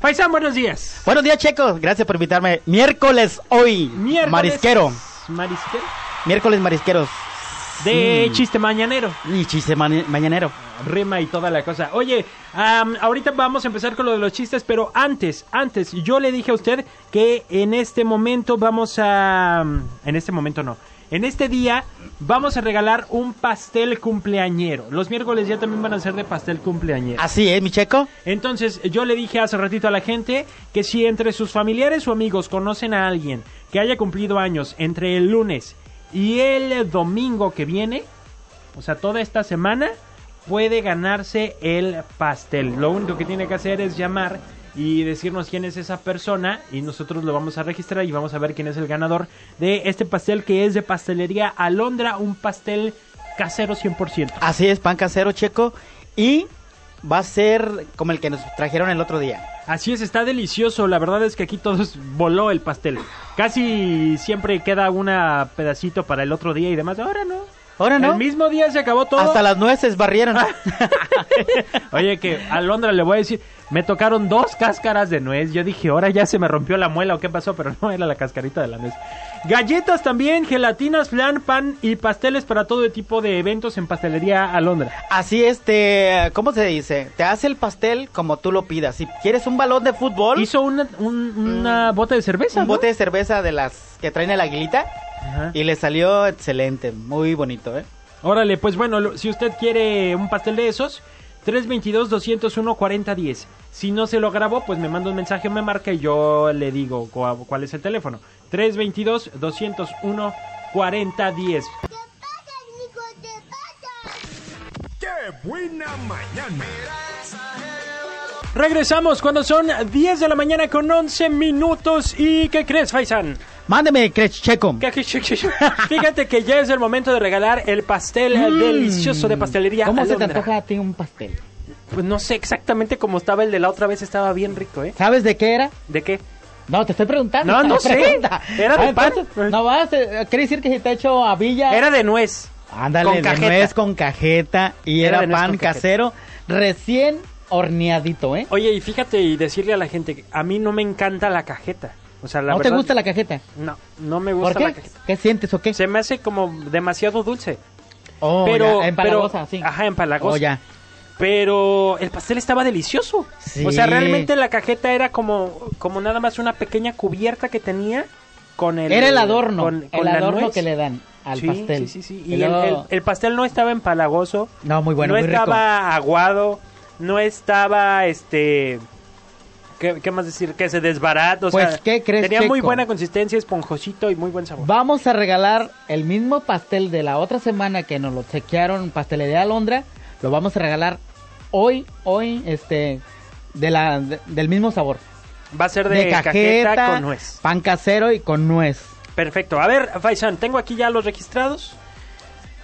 Faisán, buenos días. Buenos días, chicos. Gracias por invitarme. Miércoles hoy. Miércoles. Marisquero. Marisquero. Miércoles marisqueros. De Mm. chiste mañanero. Y chiste mani- mañanero. Rima y toda la cosa. Oye, am, ahorita vamos a empezar con lo de los chistes, pero antes, antes, yo le dije a usted que en este momento vamos a... En este momento no. En este día vamos a regalar un pastel cumpleañero. Los miércoles ya también van a ser de pastel cumpleañero. Así es, mi checo. Entonces, yo le dije hace ratito a la gente que si entre sus familiares o amigos conocen a alguien que haya cumplido años entre el lunes y el domingo que viene, o sea, toda esta semana, puede ganarse el pastel. Lo único que tiene que hacer es llamar y decirnos quién es esa persona y nosotros lo vamos a registrar y vamos a ver quién es el ganador de este pastel que es de pastelería Alondra, un pastel casero 100%. Así es, pan casero, checo. Y va a ser como el que nos trajeron el otro día. Así es, está delicioso. La verdad es que aquí todos voló el pastel. Casi siempre queda un pedacito para el otro día y demás. Ahora no. Ahora no. El mismo día se acabó todo. Hasta las nueces barrieron. Oye, que a Londra le voy a decir, me tocaron dos cáscaras de nuez. Yo dije, ahora ya se me rompió la muela o qué pasó, pero no era la cascarita de la nuez. Galletas también, gelatinas, flan, pan y pasteles para todo tipo de eventos en pastelería Alondra. Así es, te, ¿cómo se dice? Te hace el pastel como tú lo pidas. Si quieres un balón de fútbol, Hizo una, un- una bota de cerveza. un ¿no? bote de cerveza de las que traen el aguilita. Ajá. Y le salió excelente, muy bonito, ¿eh? Órale, pues bueno, lo- si usted quiere un pastel de esos, 322-201-4010. Si no se lo grabó, pues me manda un mensaje, me marca y yo le digo cua- cuál es el teléfono. 322-201-4010. ¡Qué buena mañana! Regresamos cuando son 10 de la mañana con 11 minutos. ¿Y qué crees, Faisan? Mándeme, Crech Checo. ¿Qué- qué- qué- qué- Fíjate que ya es el momento de regalar el pastel eh, delicioso de pastelería. Mm. ¿Cómo se te Alondra. antoja a ti un pastel? Pues no sé exactamente cómo estaba el de la otra vez, estaba bien rico, ¿eh? ¿Sabes de qué era? ¿De qué? No, te estoy preguntando. No, no sé. Pregunta. Era de Ah, entonces, pan. No vas, eh, quiere decir que si te hecho a Villa. Era de nuez. Ándale, con de cajeta. nuez con cajeta y Era era, de nuez con pan cajeta. casero recién horneadito, ¿eh? Oye, y fíjate y decirle a la gente, que a mí no me encanta la cajeta. O sea, la ¿No verdad, te gusta la cajeta? No, no me ¿Por gusta la qué? cajeta. ¿Qué sientes o qué? Se me hace como demasiado dulce. Oh, pero ya, empalagosa, pero- sí. Ajá, empalagosa. Oh, ya. Pero el pastel estaba delicioso. Sí. O sea, realmente la cajeta era como como nada más una pequeña cubierta que tenía con el Era el adorno, con- con el la adorno nuez. que le dan al Sí, pastel. Sí, sí, sí. Y Pero- el, el- el pastel no estaba empalagoso. No, muy bueno, no muy rico. estaba aguado, no estaba este ¿qué, qué más decir? Que se desbarata, o Pues, sea, ¿qué crees, tenía muy Checo? buena consistencia, esponjosito y muy buen sabor. Vamos a regalar el mismo pastel de la otra semana que nos lo chequearon Pastelería Alondra. Lo vamos a regalar hoy, hoy, este, de la, de- del mismo sabor. Va a ser de, cajeta, con nuez. pan casero y con nuez. Perfecto. A ver, Faisan, tengo aquí ya los registrados.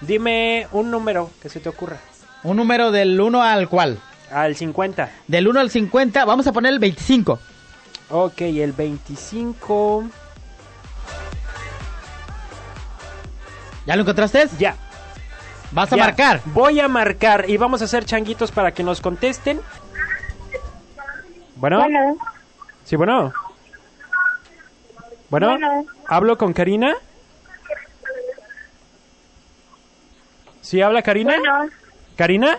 Dime un número que se te ocurra. Un número del 1 al cual. Al 50. Del 1 al 50, vamos a poner el 25. Ok, el 25. ¿Ya lo encontraste? Ya. Vas a ya. marcar. Voy a marcar y vamos a hacer changuitos para que nos contesten. Bueno. Bueno, Sí, bueno. Bueno. Bueno. ¿Hablo con Karina? ¿Sí habla Karina? bueno, ¿Karina?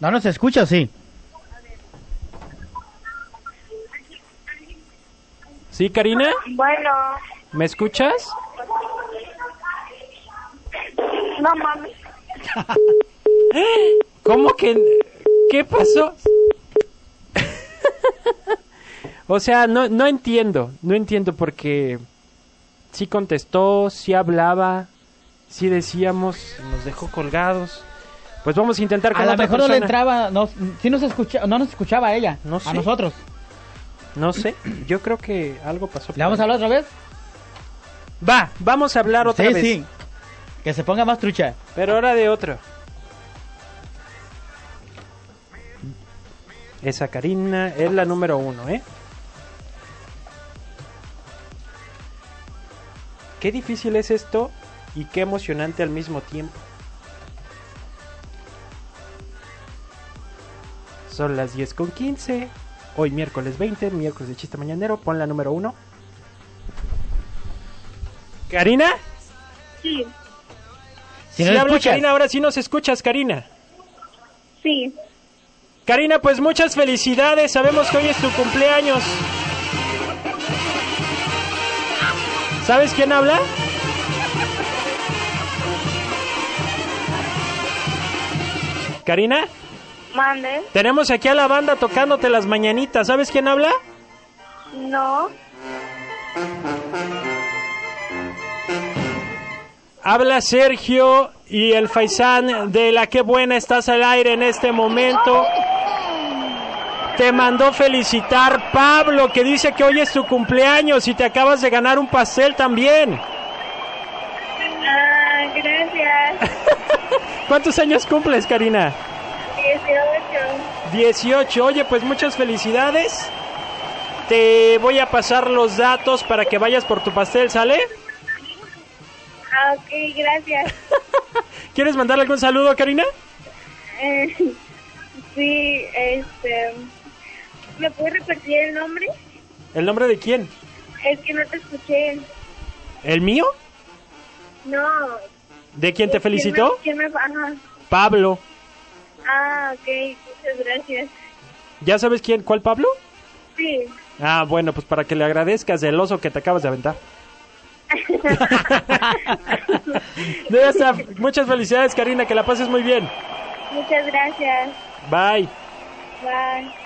¿No nos escucha o sí? ¿Sí, Karina? bueno. ¿Me escuchas? No mames. ¿Cómo que? ¿Qué pasó? o sea, no, no entiendo, no entiendo porque sí contestó, sí hablaba, sí decíamos, nos dejó colgados. Pues vamos a intentar con A lo otra mejor no le persona. entraba, no, sí nos escucha, no nos escuchaba ella. No sé. A nosotros. No sé, yo creo que algo pasó. ¿Le vamos a hablar otra vez? Va, vamos a hablar otra sí, vez. sí. Que se ponga más trucha. Pero ahora de otro. Esa Karina es la número uno, ¿eh? Qué difícil es esto y qué emocionante al mismo tiempo. Son las 10 con 15. Hoy miércoles 20, miércoles de chiste mañanero, pon la número 1. ¿Karina? Sí, Si Sí no lo habla escuchas. Karina, ahora sí nos escuchas, Karina. sí. Karina, pues muchas felicidades. Sabemos que hoy es tu cumpleaños. ¿Sabes quién habla? Karina, Mande. tenemos aquí a la banda tocándote las mañanitas. ¿Sabes quién habla? No. Habla Sergio y el Faisán de la que buena estás al aire en este momento. Te mandó felicitar Pablo, que dice que hoy es tu cumpleaños y te acabas de ganar un pastel también. Ah, gracias. ¿Cuántos años cumples, Karina? 18. 18. Oye, pues muchas felicidades. Te voy a pasar los datos para que vayas por tu pastel, ¿sale? Ah, ok, gracias. ¿Quieres mandarle algún saludo, Karina? Eh, sí, este. ¿Me puedes repetir el nombre? ¿El nombre de quién? Es que no te escuché. ¿El mío? No. ¿De quién te ¿Quién me- felicitó? quién me- ajá. Pablo. Ah, ok, muchas gracias. ¿Ya sabes quién? ¿Cuál Pablo? Sí. Ah, bueno, pues para que le agradezcas el oso que te acabas de aventar. Ya está. Muchas felicidades, Karina, que la pases muy bien. Muchas gracias. Bye. Bye.